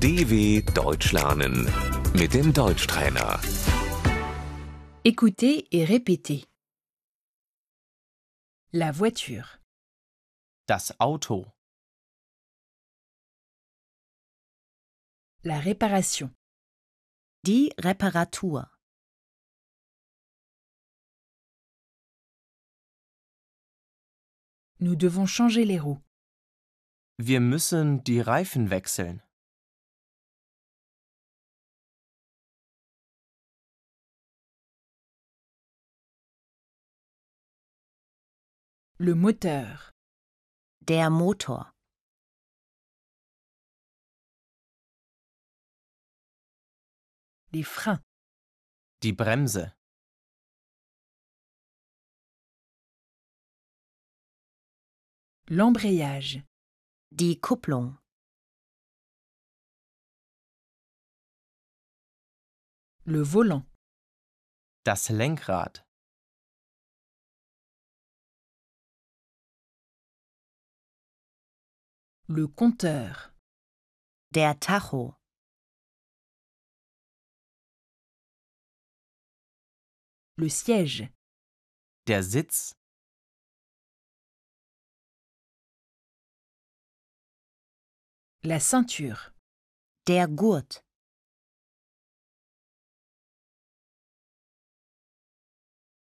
DW Deutsch lernen mit dem Deutschtrainer. Écoutez et répétez. La voiture, Das Auto, la réparation, Die Reparatur. nous devons changer les roues, wir müssen die Reifen wechseln, le moteur, Der Motor. les freins, die Bremse, l'embrayage, Die Kupplung. le volant, das Lenkrad, le compteur, Der Tacho. le siège, der Sitz, la ceinture, Der Gurt.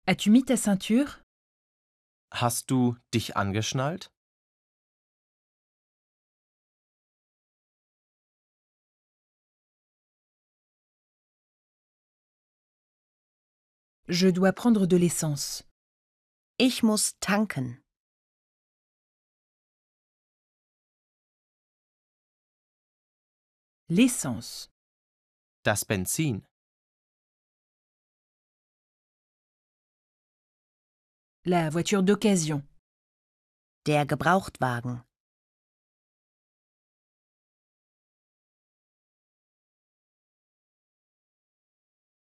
As-tu mis ta ceinture hast du dich angeschnallt? Je dois prendre de l'essence. Ich muss tanken. L'essence, Das Benzin, la voiture d'occasion, Der Gebrauchtwagen.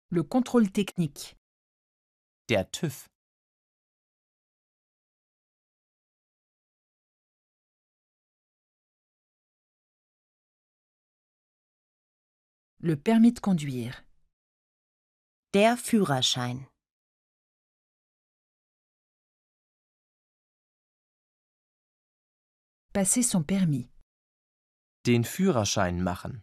le contrôle technique, der TÜV, le permis de conduire, Der Führerschein. passer son permis, den Führerschein machen,